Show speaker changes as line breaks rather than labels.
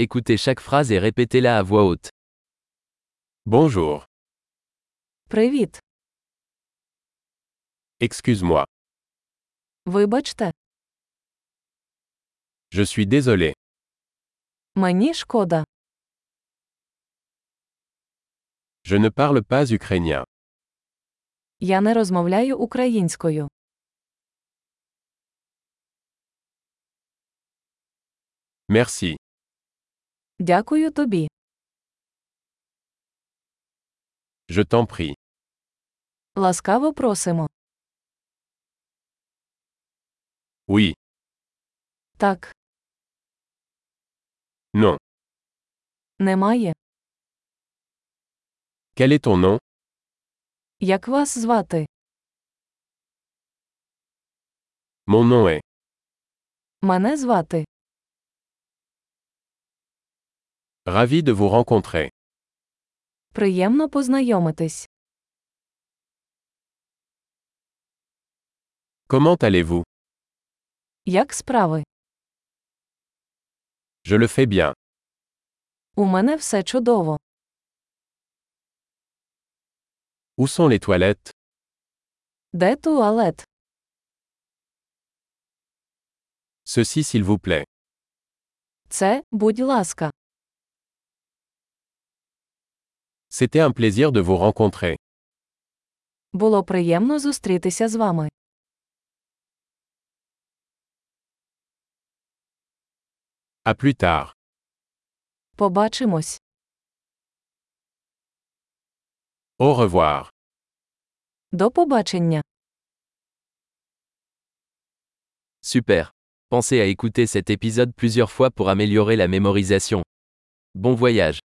Écoutez chaque phrase et répétez-la à voix haute.
Bonjour.
Привіт.
Excuse-moi.
Вибачте,
Je suis désolé.
мені шкода.
Je ne parle pas ukrainien.
Я не розмовляю українською.
Merci.
Дякую тобі.
Je t'en prie.
Ласкаво просимо.
Oui.
Так,
Non.
немає.
Quel est ton nom
Як вас звати?
Mon nom est.
Мене звати.
Ravi de vous rencontrer.
Приємно познайомитись.
Comment allez-vous
Як справи?
Je le fais bien.
У мене все чудово.
Où sont les toilettes
Де туалет?
Ceci s'il vous plaît.
Це, будь ласка.
C'était un plaisir de vous rencontrer.
Було приємно зустрітися з вами.
À plus tard.
Побачимось.
Au revoir.
До побачення.
Super. Pensez à écouter cet épisode plusieurs fois pour améliorer la mémorisation. Bon voyage.